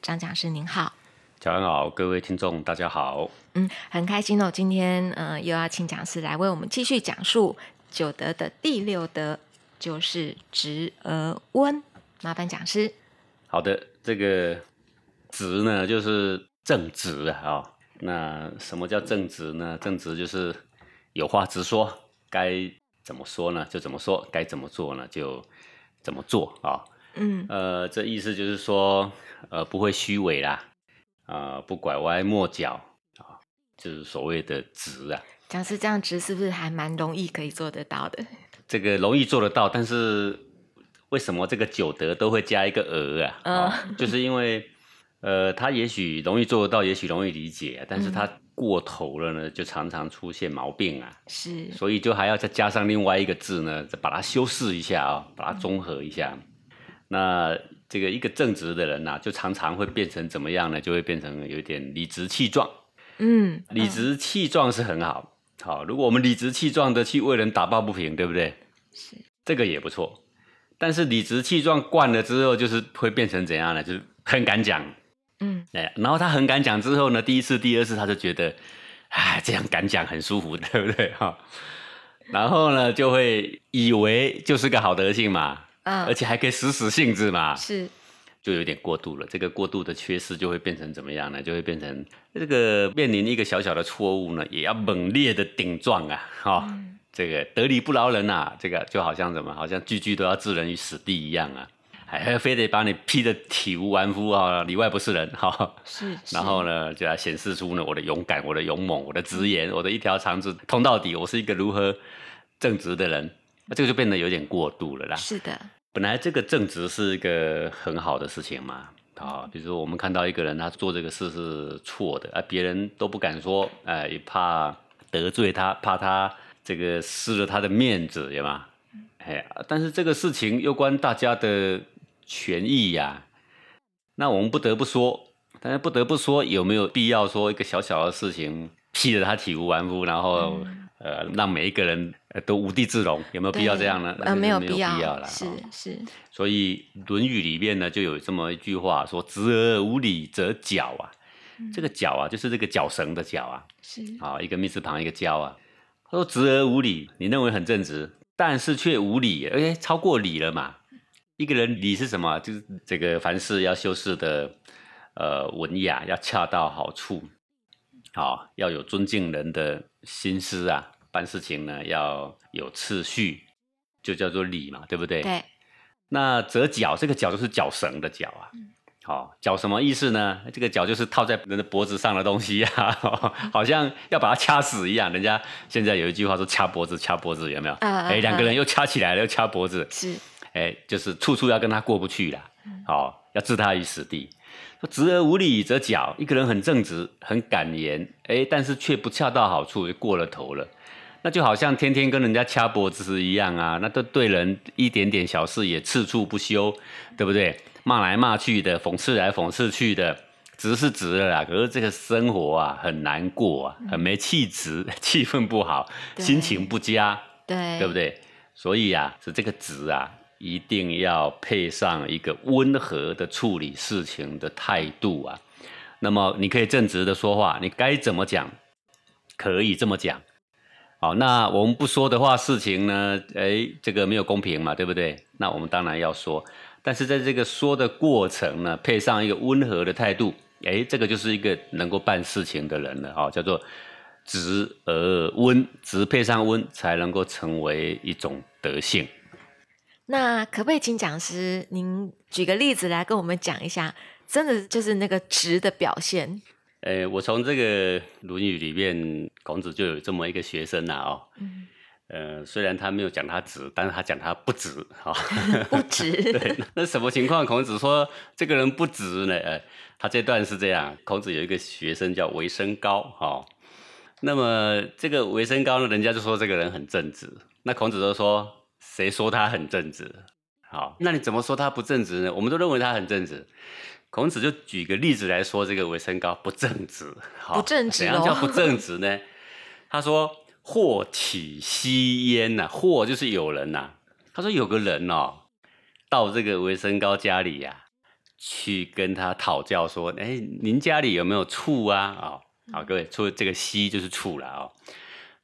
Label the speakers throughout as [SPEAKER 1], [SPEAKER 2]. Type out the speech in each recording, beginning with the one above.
[SPEAKER 1] 张讲师您好。
[SPEAKER 2] 乔安好，各位听众大家好。
[SPEAKER 1] 嗯，很开心哦，今天呃又要请讲师来为我们继续讲述九德的第六德，就是直而温。麻烦讲师。
[SPEAKER 2] 好的，这个直呢就是正直啊、哦。那什么叫正直呢？正直就是有话直说，该怎么说呢就怎么说，该怎么做呢就怎么做啊、哦。
[SPEAKER 1] 嗯，
[SPEAKER 2] 呃，这意思就是说，呃，不会虚伪啦，啊、不拐弯抹角啊、就是所谓的直啊。
[SPEAKER 1] 讲师这样直是不是还蛮容易可以做得到的？
[SPEAKER 2] 这个容易做得到，但是为什么这个九德都会加一个儿啊？
[SPEAKER 1] 嗯
[SPEAKER 2] 啊， 就是因为呃，他也许容易做得到，也许容易理解，但是他
[SPEAKER 1] 嗯
[SPEAKER 2] 过头了呢，就常常出现毛病啊，
[SPEAKER 1] 是，
[SPEAKER 2] 所以就还要再加上另外一个字呢，再把它修饰一下啊、把它综合一下。
[SPEAKER 1] 嗯
[SPEAKER 2] 那这个一个正直的人呐、啊就常常会变成怎么样呢？就会变成有一点理直气壮。
[SPEAKER 1] 嗯，
[SPEAKER 2] 理
[SPEAKER 1] 嗯
[SPEAKER 2] 直气壮是很好，好，如果我们理直气壮的去为人打抱不平，对不对？
[SPEAKER 1] 是
[SPEAKER 2] 这个也不错。但是理直气壮惯了之后，就是会变成怎样呢？就是很敢讲，
[SPEAKER 1] 嗯
[SPEAKER 2] 哎，然后他很敢讲之后呢，第一次、第二次他就觉得，哎，这样敢讲很舒服， 对不对哈、然后呢，就会以为就是个好德性嘛，
[SPEAKER 1] 嗯，
[SPEAKER 2] 而且还可以使使性子嘛，
[SPEAKER 1] 是
[SPEAKER 2] 就有点过度了。这个过度的缺失就会变成怎么样呢？就会变成这个面临一个小小的错误呢，也要猛烈的顶撞啊！哈、这个得理不饶人啊！这个就好像什么，好像句句都要置人于死地一样啊！还非得把你批得体无完肤啊，里外不是人哈、
[SPEAKER 1] 是，是
[SPEAKER 2] 然后呢，就要显示出呢我的勇敢、我的勇猛、我的直言、我的一条肠子通到底，我是一个如何正直的人。那这个就变得有点过度了啦。
[SPEAKER 1] 是的，
[SPEAKER 2] 本来这个正直是一个很好的事情嘛，啊，比如说我们看到一个人他做这个事是错的，啊，别人都不敢说，哎、也怕得罪他，怕他这个失了他的面子，对吧？哎呀，但是这个事情攸关大家的权益呀、那我们不得不说，但是不得不说，有没有必要说一个小小的事情批得他体无完肤，然后、
[SPEAKER 1] 嗯
[SPEAKER 2] 呃让每一个人呃都无地自容，有没有必要这样呢？
[SPEAKER 1] 呃，没
[SPEAKER 2] 有
[SPEAKER 1] 有
[SPEAKER 2] 必
[SPEAKER 1] 必要，
[SPEAKER 2] 啦。
[SPEAKER 1] 是
[SPEAKER 2] 哦
[SPEAKER 1] 是，
[SPEAKER 2] 所以《论语》里面呢，就有这么一句话说：“直而无礼则绞啊。”这个“绞啊，就是这个绞绳的“绞啊，
[SPEAKER 1] 嗯是
[SPEAKER 2] 啊，一个密字旁一个“绞啊。他说：“直而无礼，你认为很正直，但是却无礼，哎，超过礼了嘛？一个人礼是什么？啊就是这个凡事要修饰的，呃，文雅，要恰到好处，好、要有尊敬人的心思啊，办事情呢要有次序，就叫做礼嘛，对不对？
[SPEAKER 1] 对，
[SPEAKER 2] 那折绞，这个绞就是绞绳的绞啊。好、绞什么意思呢？这个绞就是套在人的脖子上的东西啊， 好像要把它掐死一样。人家现在有一句话说“掐脖子，掐脖子”，有没有？
[SPEAKER 1] 嗯嗯
[SPEAKER 2] 哎，两个
[SPEAKER 1] 嗯
[SPEAKER 2] 人又掐起来了，又掐脖子，
[SPEAKER 1] 呃是
[SPEAKER 2] 哎，就是处处要跟他过不去啦。好、要置他于死地。说直而无礼则绞，一个人很正直，很敢言，哎，但是却不恰到好处，就过了头了。那就好像天天跟人家掐脖子一样啊，那都对人一点点小事也次处不休，对不对？骂来骂去的，讽刺来讽刺去的，直是直了啦。可是这个生活啊，很难过啊，很没气质， 气氛不好，
[SPEAKER 1] 对
[SPEAKER 2] 心情不佳，
[SPEAKER 1] 对，
[SPEAKER 2] 对不？对？所以啊，是这个直啊，一定要配上一个温和的处理事情的态度啊。那么你可以正直的说话，你该怎么讲，可以这么讲。好，那我们不说的话，事情呢，哎，这个没有公平嘛，对不对？那我们当然要说，但是在这个说的过程呢，配上一个温和的态度，哎，这个就是一个能够办事情的人了，哦，叫做直而温，直配上温，才能够成为一种德性。
[SPEAKER 1] 那可不可以请讲师您举个例子来跟我们讲一下？真的就是那个直的表现，
[SPEAKER 2] 呃，我从这个《论语》里面，孔子就有这么一个学生呐、哦，
[SPEAKER 1] 嗯，
[SPEAKER 2] 呃，虽然他没有讲他直，但是他讲他不哦直， 哈、
[SPEAKER 1] 不直，
[SPEAKER 2] 对，那什么情况？孔子说这个人不直呢？呃，他这段是这样：孔子有一个学生叫韦生高，哈、哦，那么这个韦生高呢，人家就说这个人很正直，那孔子就说谁说他很正直？好，那你怎么说他不正直呢？我们都认为他很正直。孔子就举个例子来说，这个韦生高不正直，好，
[SPEAKER 1] 不正直
[SPEAKER 2] 怎样
[SPEAKER 1] 哦
[SPEAKER 2] 叫不正直呢？他说：“祸起吸烟呐、祸就是有人呐、他说有个人哦，到这个维生高家里呀、去跟他讨教说，哎，您家里有没有醋啊？啊、哦，好，各位，醋这个西就是醋了哦。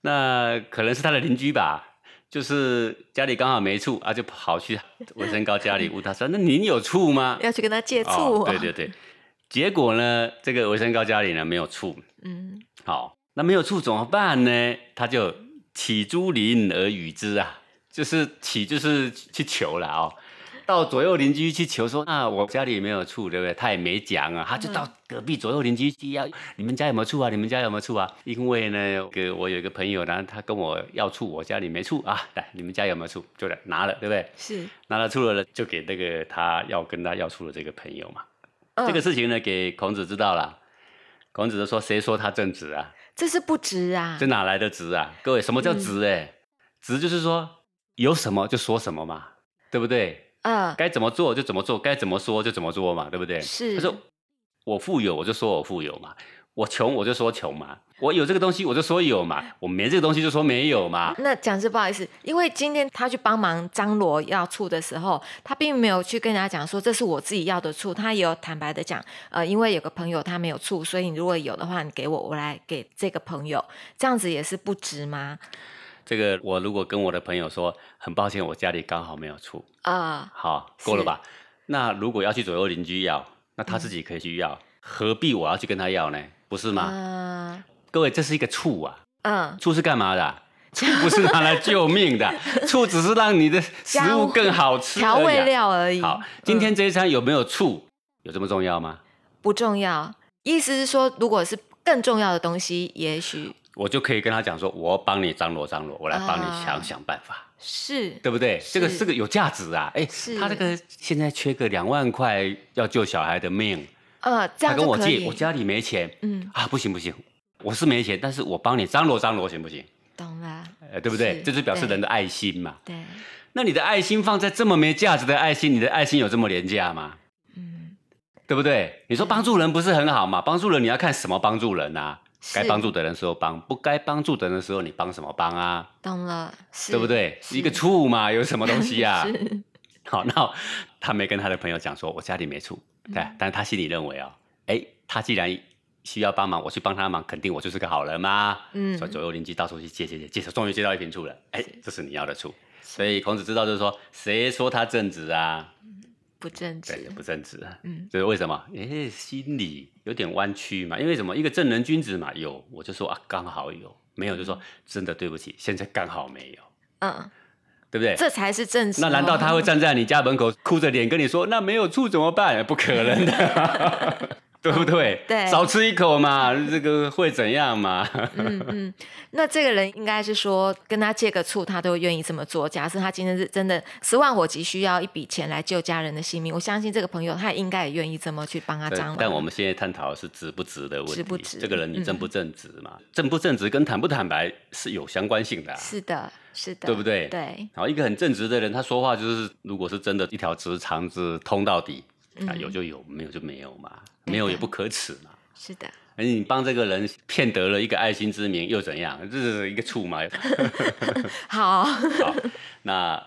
[SPEAKER 2] 那可能是他的邻居吧，就是家里刚好没醋啊，就跑去文生高家里问他说，那您有醋吗？
[SPEAKER 1] 要去跟他借醋、啊
[SPEAKER 2] 哦，对对，对。结果呢，这个维生高家里呢没有醋，
[SPEAKER 1] 嗯，
[SPEAKER 2] 好，那没有醋怎么办呢？他就起诸邻而与之啊，就是起就是去求了哦，到左右邻居去求说啊，我家里没有醋，对不对？他也没讲啊，他就到隔壁左右邻居去要，啊你们家有没有醋啊？你们家有没有醋啊？因为呢，个我有一个朋友呢，他跟我要醋，我家里没醋啊，来，你们家有没有醋？就来拿了，对不对？
[SPEAKER 1] 是，
[SPEAKER 2] 拿了醋了，就给那个他要跟他要醋的这个朋友嘛。
[SPEAKER 1] 嗯
[SPEAKER 2] 这个事情呢，给孔子知道了。孔子就说：“谁说他正直啊？
[SPEAKER 1] 这是不值啊
[SPEAKER 2] 这，哪来的直啊？各位，什么叫
[SPEAKER 1] 嗯
[SPEAKER 2] 直、欸？哎、直就是说有什么就说什么嘛，对不对？
[SPEAKER 1] 嗯、
[SPEAKER 2] 该怎么做就怎么做，该怎么说就怎么做嘛，对不对？
[SPEAKER 1] 是
[SPEAKER 2] 他说我富有我就说我富有嘛，我穷我就说穷嘛，我有这个东西我就说有嘛，我没这个东西就说没有嘛。
[SPEAKER 1] 那讲师不好意思，因为今天他去帮忙张罗要醋的时候，他并没有去跟人家讲说这是我自己要的醋，他也有坦白的讲，呃，因为有个朋友他没有醋，所以你如果有的话，你给我，我来给这个朋友，这样子也是不值吗？
[SPEAKER 2] 这个我如果跟我的朋友说，很抱歉，我家里刚好没有醋，
[SPEAKER 1] 呃，
[SPEAKER 2] 好，够了
[SPEAKER 1] 是嗯
[SPEAKER 2] 吧？那如果要去左右邻居要，那他自己可以去要，何必我要去跟他要呢？不是吗？
[SPEAKER 1] 嗯
[SPEAKER 2] 各位，这是一个醋啊，
[SPEAKER 1] 嗯，
[SPEAKER 2] 醋是干嘛的啊、醋不是拿来救 命的，醋只是让你的食物更好吃而已啊
[SPEAKER 1] 调味。料而已，
[SPEAKER 2] 好，今天这一餐有没有醋，有这么重要吗？
[SPEAKER 1] 不重要。意思是说，如果是更重要的东西，也许
[SPEAKER 2] 我就可以跟他讲说，我要帮你张罗张罗，我来帮你想
[SPEAKER 1] 啊
[SPEAKER 2] 想办法。
[SPEAKER 1] 是
[SPEAKER 2] 对不对？这个
[SPEAKER 1] 是
[SPEAKER 2] 这个有价值啊！哎
[SPEAKER 1] 是，
[SPEAKER 2] 他这个现在缺个两万块要救小孩的命，
[SPEAKER 1] 呃，这
[SPEAKER 2] 他
[SPEAKER 1] 样
[SPEAKER 2] 跟
[SPEAKER 1] 就
[SPEAKER 2] 我
[SPEAKER 1] 可以
[SPEAKER 2] 借，。我家里没钱
[SPEAKER 1] 嗯，
[SPEAKER 2] 啊，不行不行，我是没钱，但是我帮你张罗张罗行不行？
[SPEAKER 1] 懂了，
[SPEAKER 2] 呃，对不对？
[SPEAKER 1] 是
[SPEAKER 2] 这就表示
[SPEAKER 1] 对
[SPEAKER 2] 人的爱心嘛。
[SPEAKER 1] 对，
[SPEAKER 2] 那你的爱心放在这么没价值的爱心，你的爱心有这么廉价吗？
[SPEAKER 1] 嗯，
[SPEAKER 2] 对不对？你说
[SPEAKER 1] 嗯
[SPEAKER 2] 帮助人不是很好嘛？帮助人你要看什么帮助人啊？该
[SPEAKER 1] 是
[SPEAKER 2] 帮助的人时候帮，不该帮助的人的时候你帮什么帮啊？
[SPEAKER 1] 懂了，是
[SPEAKER 2] 对不对？
[SPEAKER 1] 是
[SPEAKER 2] 一个醋嘛，有什么东西啊？
[SPEAKER 1] 是
[SPEAKER 2] 好，那他没跟他的朋友讲说，我家里没醋，
[SPEAKER 1] 嗯
[SPEAKER 2] 对，但是他心里认为哦，哎，他既然需要帮忙，我去帮他忙，肯定我就是个好人嘛。
[SPEAKER 1] 嗯
[SPEAKER 2] 所以左右邻居到处去借借借借，终于借到一瓶醋了，哎，这是你要的醋。所以孔子知道就是说，谁说他正直啊？
[SPEAKER 1] 不正
[SPEAKER 2] 对，
[SPEAKER 1] 直，
[SPEAKER 2] 不正直。啊
[SPEAKER 1] 嗯，
[SPEAKER 2] 这是为什么？哎，心里有点弯曲嘛，因为什么？一个正人君子嘛，有我就说啊，刚好有；没有就说真的对不起，现在刚好没有，
[SPEAKER 1] 嗯，
[SPEAKER 2] 对不对？
[SPEAKER 1] 这才是正直哦。
[SPEAKER 2] 那难道他会站在你家门口哭着脸跟你说那没有醋怎么办？不可 能的，对不对？
[SPEAKER 1] 对
[SPEAKER 2] 少吃一口嘛，这个会怎样 嘛？
[SPEAKER 1] 嗯嗯，那这个人应该是说跟他借个醋，他都愿意这么做。假设他今天是真的十万火急需要一笔钱来救家人的性命，我相信这个朋友他应该也愿意这么去帮他张罗。
[SPEAKER 2] 但我们现在探讨的是值不值的问题，
[SPEAKER 1] 值不值嗯
[SPEAKER 2] 这个人你正不正直嘛？正不正直跟坦不坦白是有相关性的、啊。
[SPEAKER 1] 是的，是的，
[SPEAKER 2] 对不对
[SPEAKER 1] 对，
[SPEAKER 2] 然后一个很正直的人，他说话就是，如果是真的，一条直肠子通到底，啊，
[SPEAKER 1] 嗯
[SPEAKER 2] 有就有，没有就没有嘛，
[SPEAKER 1] 对
[SPEAKER 2] 没有也
[SPEAKER 1] 的
[SPEAKER 2] 不可耻嘛。
[SPEAKER 1] 是的，
[SPEAKER 2] 而你帮这个人骗得了一个爱心之名，又怎样？这是一个 醋嘛。
[SPEAKER 1] 好，
[SPEAKER 2] 好，那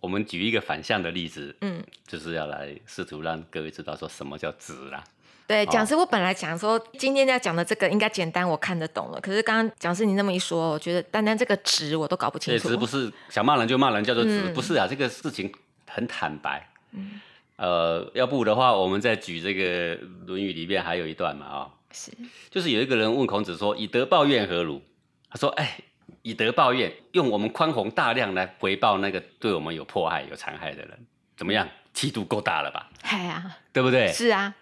[SPEAKER 2] 我们举一个反向的例子，
[SPEAKER 1] 嗯，
[SPEAKER 2] 就是要来试图让各位知道说什么叫直啦。
[SPEAKER 1] 对，
[SPEAKER 2] 好
[SPEAKER 1] 讲师，我本来想说今天要讲的这个应该简单，我看得懂了。可是刚刚讲师你那么一说，我觉得单单这个值我都搞不
[SPEAKER 2] 这
[SPEAKER 1] 清楚。
[SPEAKER 2] 直不是想骂人就骂人叫做直，
[SPEAKER 1] 嗯
[SPEAKER 2] 不是啊，这个事情很坦白。呃，要不的话，我们再举这个《论语》里面还有一段嘛，啊、
[SPEAKER 1] 是
[SPEAKER 2] 就是有一个人问孔子说：“以德报怨何如？”他说：“哎，以德报怨，用我们宽宏大量来回报那个对我们有迫害、有残害的人，怎么样？气度够大了吧？
[SPEAKER 1] 哎呀，
[SPEAKER 2] 对不对？”
[SPEAKER 1] 是啊，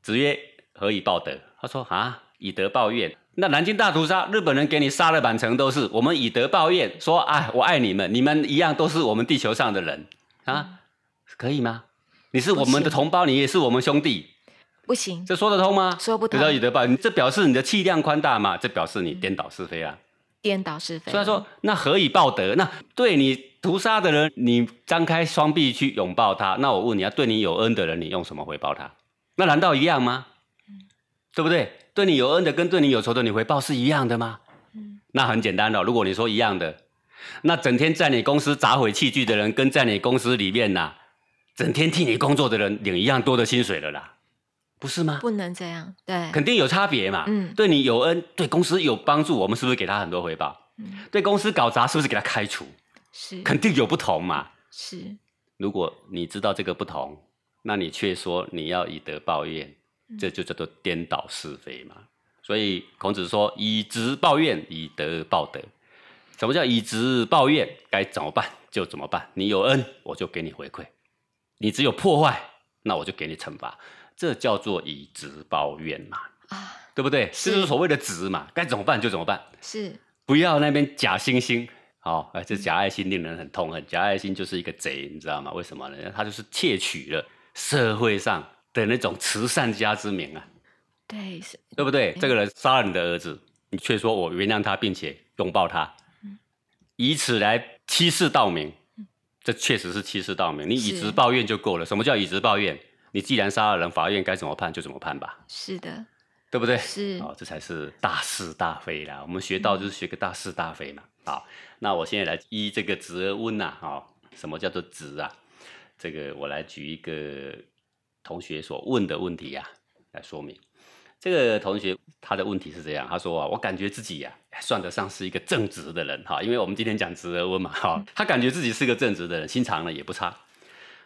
[SPEAKER 2] 子曰：“何以报德？”他说：“啊，以德报怨。那南京大屠杀，日本人给你杀了满城都是，我们以德报怨，说啊，我爱你们，你们一样都是我们地球上的人啊，可以吗？你是我
[SPEAKER 1] 不
[SPEAKER 2] 们
[SPEAKER 1] 行
[SPEAKER 2] 的同胞，你也是我们兄弟，
[SPEAKER 1] 不行，
[SPEAKER 2] 这说得通吗？
[SPEAKER 1] 说不通
[SPEAKER 2] 得到以德报怨，你这表示你的气量宽大嘛？这表示你颠倒是非
[SPEAKER 1] 嗯
[SPEAKER 2] 啊。
[SPEAKER 1] 颠倒是非。
[SPEAKER 2] 虽然说那何以报德？那对你屠杀的人，你张开双臂去拥抱他，那我问你啊，对你有恩的人，你用什么回报他？那难道一样吗？对不对？对你有恩的跟对你有仇的，你回报是一样的吗？
[SPEAKER 1] 嗯
[SPEAKER 2] 那很简单了、如果你说一样的，那整天在你公司砸毁器具的人，跟在你公司里面呐、整天替你工作的人领一样多的薪水了啦，不是吗？
[SPEAKER 1] 不能这样，对，
[SPEAKER 2] 肯定有差别嘛。
[SPEAKER 1] 嗯
[SPEAKER 2] 对你有恩，对公司有帮助，我们是不是给他很多回报？
[SPEAKER 1] 嗯
[SPEAKER 2] 对公司搞砸，是不是给他开除？
[SPEAKER 1] 是
[SPEAKER 2] 肯定有不同嘛。
[SPEAKER 1] 是，
[SPEAKER 2] 如果你知道这个不同，那你却说你要以德报怨，这就叫做颠倒是非嘛。所以孔子说：“以直报怨，以德报德。”什么叫以直报怨？该怎么办就怎么办。你有恩，我就给你回馈；你只有破坏，那我就给你惩罚。这叫做以直报怨嘛，
[SPEAKER 1] 啊，
[SPEAKER 2] 对不对？
[SPEAKER 1] 是
[SPEAKER 2] 这就是所谓的直嘛，该怎么办就怎么办。
[SPEAKER 1] 是
[SPEAKER 2] 不要那边假惺惺。好、哎，
[SPEAKER 1] 嗯
[SPEAKER 2] 这假爱心令人很痛恨。假爱心就是一个贼，你知道吗？为什么呢？他就是窃取了社会上的那种慈善家之名啊，
[SPEAKER 1] 对是，
[SPEAKER 2] 对不对？
[SPEAKER 1] 嗯
[SPEAKER 2] 这个人杀了你的儿子，你却说我原谅他，并且拥抱他，
[SPEAKER 1] 嗯
[SPEAKER 2] 以此来欺世盗名，这确实是欺世盗名。你以
[SPEAKER 1] 是
[SPEAKER 2] 直报怨就够了。什么叫以直报怨？你既然杀了人，法院该怎么判就怎么判吧，
[SPEAKER 1] 是的，
[SPEAKER 2] 对不对？
[SPEAKER 1] 是
[SPEAKER 2] 哦，这才是大是大非啦。我们学到就是学个大是大非嘛。好，那我现在来依这个直而问呐、啊，哦，什么叫做直啊？这个我来举一个同学所问的问题呀、来说明。这个同学他的问题是这样，他说啊，我感觉自己呀、算得上是一个正直的人哈，因为我们今天讲直而问嘛哈，他感觉自己是个正直的人，心肠呢也不差。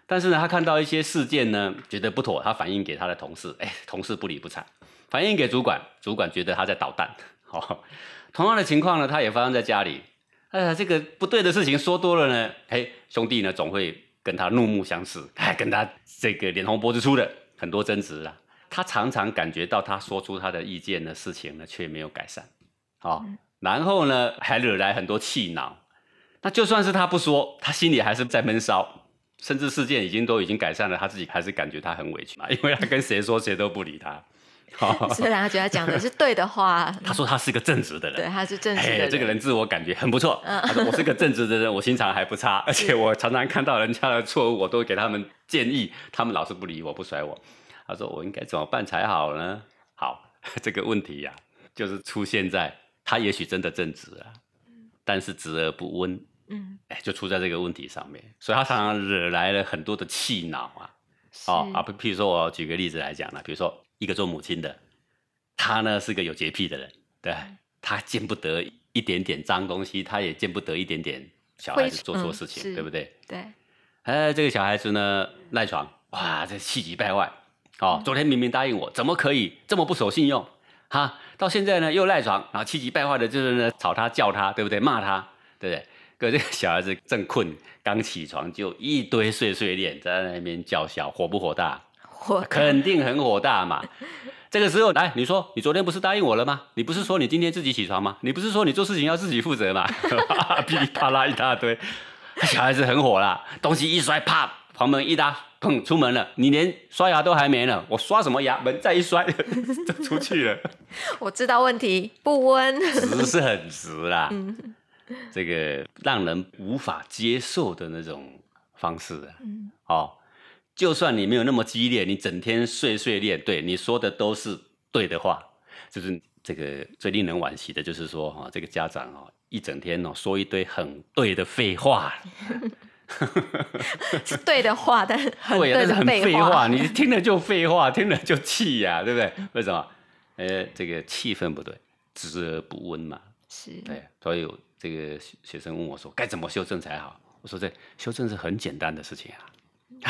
[SPEAKER 2] 但是呢，他看到一些事件呢，觉得不妥，他反映给他的同事，哎，同事不理不睬，反映给主管，主管觉得他在捣蛋。好、同样的情况呢，他也发生在家里。呃，这个不对的事情说多了呢，嘿，兄弟呢总会跟他怒目相视，哎，跟他这个脸红脖子粗的，很多争执啊。他常常感觉到他说出他的意见的事情呢，却没有改善，好、
[SPEAKER 1] 嗯
[SPEAKER 2] 然后呢还惹来很多气恼。那就算是他不说，他心里还是在闷烧。甚至事件已经都已经改善了，他自己还是感觉他很委屈嘛，因为他跟谁说谁都不理他。好
[SPEAKER 1] 虽然他觉得他讲 的是对的话，
[SPEAKER 2] 他说他是个正直的人，
[SPEAKER 1] 对，他是正
[SPEAKER 2] 嘿
[SPEAKER 1] 直的
[SPEAKER 2] 这个人自我感觉很不错。他说我是个正直的人，我心肠还不差，而且我常常看到人家的错误，我都给他们建议，他们老是不理我，不甩我。他说我应该怎么办才好呢？好， 这个问题呀、就是出现在他也许真的正直啊，但是直而不温，
[SPEAKER 1] 嗯，
[SPEAKER 2] 哎，就出在这个问题上面，所以他常常惹来了很多的气恼啊。哦
[SPEAKER 1] 是
[SPEAKER 2] 啊，，譬如说我举个例子来讲啦，比如说一个做母亲的，她呢是个有洁癖的人，对，
[SPEAKER 1] 嗯
[SPEAKER 2] 她见不得一点点脏东西，她也见不得一点点小孩
[SPEAKER 1] 灰
[SPEAKER 2] 子
[SPEAKER 1] 尘
[SPEAKER 2] 做错
[SPEAKER 1] 嗯
[SPEAKER 2] 事情，
[SPEAKER 1] 是
[SPEAKER 2] 对不对？
[SPEAKER 1] 对，
[SPEAKER 2] 哎，这个小孩子呢赖床，
[SPEAKER 1] 嗯
[SPEAKER 2] 哇，这气急败坏。哦，昨天明明答应我，怎么可以这么不守信用？哈，到现在呢又赖床，然后气急败坏的，就是呢吵他、叫他，对不对？骂他，对不对？可这个小孩子正困，刚起床就一堆碎碎念在那边叫嚣，火不火大？
[SPEAKER 1] 我
[SPEAKER 2] 肯定很火大嘛。这个时候，来，你说你昨天不是答应我了吗？你不是说你今天自己起床吗？你不是说你做事情要自己负责吗？ 噼里啪啦一大堆，小孩子很火啦，东西一摔，啪，房门一拉，砰，出门了。你连刷牙都还没呢，我刷什么牙？门再一摔 就出去了，
[SPEAKER 1] 我知道问题不温，
[SPEAKER 2] 直是很直啦。这个让人无法接受的那种方式啊。
[SPEAKER 1] 嗯
[SPEAKER 2] 哦，就算你没有那么激烈，你整天碎碎念，对你说的都是对的话，就是这个最令人惋惜的，就是说哈、哦，这个家长哦，一整天哦说一堆很对的废话，
[SPEAKER 1] 是对的话， 但很
[SPEAKER 2] 对呀，但是
[SPEAKER 1] 的
[SPEAKER 2] 很
[SPEAKER 1] 废
[SPEAKER 2] 废话，你听了就废话，听了就气呀、对不对？为什么？呃，这个气氛不对，直而不温嘛，
[SPEAKER 1] 是
[SPEAKER 2] 对，哎所以有这个学学生问我说，该怎么修正才好？我说这修正是很简单的事情啊，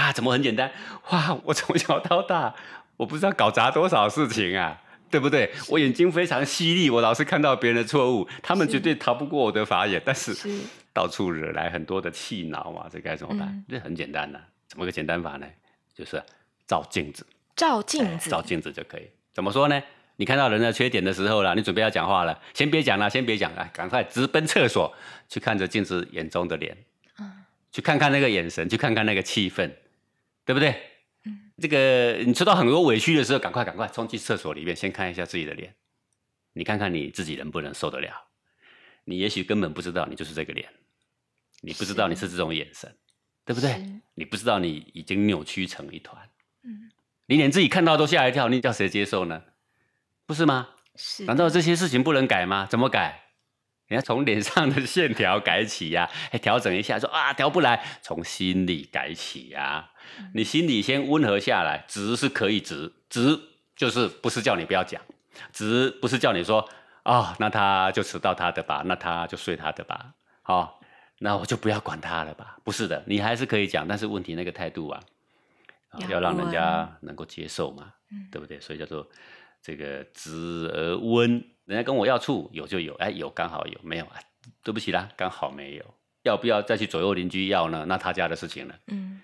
[SPEAKER 2] 啊，怎么很简单？哇，我从小到大，我不知道搞砸多少事情啊，对不对？我眼睛非常犀利，我老是看到别人的错误，他们绝对逃不过我的法眼，但是
[SPEAKER 1] 是
[SPEAKER 2] 到处惹来很多的气恼嘛，这该怎么办？
[SPEAKER 1] 嗯
[SPEAKER 2] 这很简单呐、怎么个简单法呢？就是照镜子。
[SPEAKER 1] 照
[SPEAKER 2] 哎
[SPEAKER 1] 镜子，
[SPEAKER 2] 照镜子就可以。怎么说呢？你看到人的缺点的时候了，你准备要讲话了，先别讲了，先别讲了，赶快直奔厕所，去看着镜子眼中的脸，
[SPEAKER 1] 嗯
[SPEAKER 2] 去看看那个眼神，去看看那个气氛，对不对？
[SPEAKER 1] 嗯
[SPEAKER 2] 这个你受到很多委屈的时候，赶快赶快冲去厕所里面，先看一下自己的脸，你看看你自己能不能受得了。你也许根本不知道你就是这个脸，你不知道你是这种眼神，对不对
[SPEAKER 1] 是？
[SPEAKER 2] 你不知道你已经扭曲成一团。
[SPEAKER 1] 嗯
[SPEAKER 2] 你连自己看到都吓一跳，你叫谁接受呢？不是吗？
[SPEAKER 1] 是，
[SPEAKER 2] 难道这些事情不能改吗？怎么改？你要从脸上的线条改起呀、哎，调整一下，说啊，调不来，从心里改起呀、你心里先温和下来，直是可以直，直就是不是叫你不要讲，直不是叫你说啊、那他就迟到他的吧，那他就睡他的吧，好、那我就不要管他了吧？不是的，你还是可以讲，但是问题那个态度啊，啊
[SPEAKER 1] 要
[SPEAKER 2] 要让人
[SPEAKER 1] 温
[SPEAKER 2] 家能够接受嘛，
[SPEAKER 1] 嗯
[SPEAKER 2] 对不对？所以叫做这个直而温，人家跟我要处有就有，哎，有刚好有，没有啊，对不起啦，刚好没有。要不要再去左右邻居要呢？那他家的事情了。
[SPEAKER 1] 嗯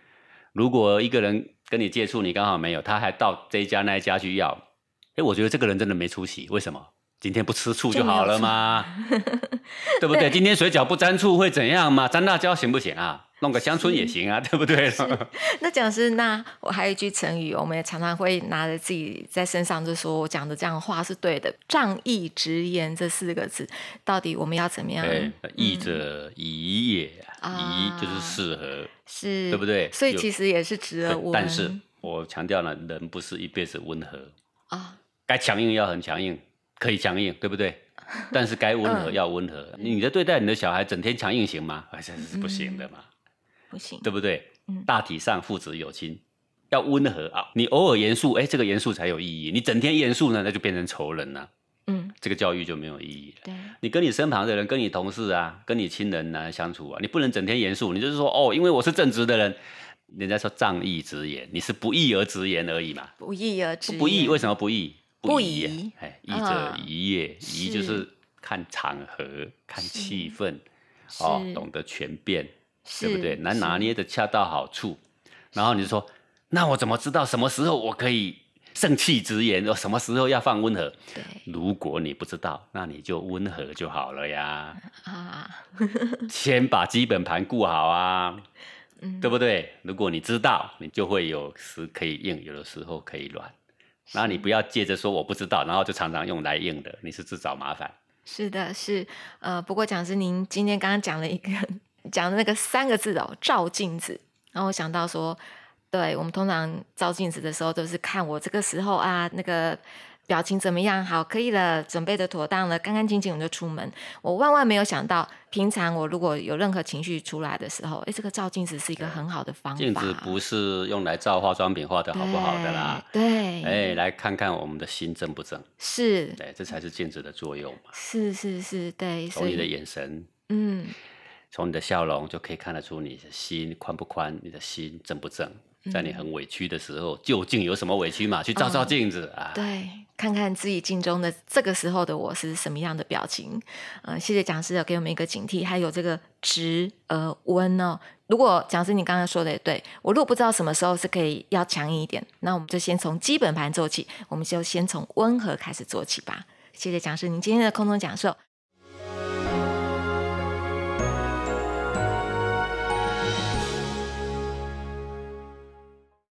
[SPEAKER 2] 如果一个人跟你接触，你刚好没有，他还到这一家那一家去要，哎，我觉得这个人真的没出息。为什么？今天不吃醋就好了嘛，对不对？今天水饺不沾醋会怎样嘛？沾辣椒行不行啊？弄个香椿也行啊，对不对？
[SPEAKER 1] 那讲师，那我还有一句成语，我们也常常会拿着自己在身上，就说我讲的这样的话是对的。仗义直言这四个字，到底我们要怎么样？
[SPEAKER 2] 哎，义者宜也，
[SPEAKER 1] 啊
[SPEAKER 2] 宜就是适合，
[SPEAKER 1] 是，
[SPEAKER 2] 对不对
[SPEAKER 1] 所以
[SPEAKER 2] 有
[SPEAKER 1] 其实也是值得我们。
[SPEAKER 2] 对但是我强调了，人不是一辈子温和，
[SPEAKER 1] 啊、
[SPEAKER 2] 该强硬要很强硬，可以强硬，对 不对？但是该温和
[SPEAKER 1] 嗯
[SPEAKER 2] 要温和。你在对待你的小孩，整天强硬行吗？哎，这是不行的嘛，
[SPEAKER 1] 不行，
[SPEAKER 2] 对不对
[SPEAKER 1] 嗯？
[SPEAKER 2] 大体上父子有亲，要温和啊。你偶尔严肃，哎，这个严肃才有意义。你整天严肃呢，那就变成仇人了、
[SPEAKER 1] 嗯，
[SPEAKER 2] 这个教育就没有意义了。
[SPEAKER 1] 对，
[SPEAKER 2] 你跟你身旁的人、跟你同事啊、跟你亲人啊相处啊，你不能整天严肃，你就是说哦，因为我是正直的人。人家说仗义直言，你是不义而直言而已嘛。
[SPEAKER 1] 不义而直
[SPEAKER 2] 不义
[SPEAKER 1] 言
[SPEAKER 2] 为什么不义？
[SPEAKER 1] 不
[SPEAKER 2] 义呀
[SPEAKER 1] 宜，
[SPEAKER 2] 哎，义
[SPEAKER 1] 啊
[SPEAKER 2] 者宜也，宜就是是看场合、看
[SPEAKER 1] 是
[SPEAKER 2] 气氛，哦
[SPEAKER 1] 是，
[SPEAKER 2] 懂得权变，
[SPEAKER 1] 是
[SPEAKER 2] 对不对？能拿
[SPEAKER 1] 是
[SPEAKER 2] 捏的恰到好处。然后你就说，那我怎么知道什么时候我可以盛气直言，哦什么时候要放温和？
[SPEAKER 1] 对
[SPEAKER 2] 如果你不知道，那你就温和就好 了呀，
[SPEAKER 1] 啊，
[SPEAKER 2] 先把基本盘顾好啊。
[SPEAKER 1] 嗯，
[SPEAKER 2] 对不对？如果你知道，你就会有时可以硬，有的时候可以软。然后你不要借着说我不知道，然后就常常用来硬的，你是自找麻烦。
[SPEAKER 1] 是的，是呃，不过讲师，您今天刚刚讲了一个 讲的那个三个字哦，照镜子，然后我想到说，对我们通常照镜子的时候都是看我这个时候啊，那个表情怎么样，好，可以了，准备的妥当了，干干净净我就出门。我万万没有想到，平常我如果有任何情绪出来的时候，哎，这个照镜子是一个很好的哦方法，
[SPEAKER 2] 镜子不是用来照化妆品画的好不好的啦。
[SPEAKER 1] 对，对
[SPEAKER 2] 哎，来看看我们的心正不正，
[SPEAKER 1] 是
[SPEAKER 2] 对，这才是镜子的作用嘛。
[SPEAKER 1] 是是是，对，所
[SPEAKER 2] 从你的
[SPEAKER 1] 以
[SPEAKER 2] 眼神，
[SPEAKER 1] 嗯
[SPEAKER 2] 从你的笑容，就可以看得出你的心宽不宽，你的心正不正。在
[SPEAKER 1] 嗯
[SPEAKER 2] 你很委屈的时候，究竟有什么委屈嘛？去照照镜子啊！
[SPEAKER 1] 对，看看自己镜中的这个时候的我是什么样的表情。嗯、谢谢讲师有给我们一个警惕，还有这个直而温哦。如果讲师你刚刚说的也对，我如果不知道什么时候是可以要强硬一点，那我们就先从基本盘做起，我们就先从温和开始做起吧。谢谢讲师您今天的空中讲授。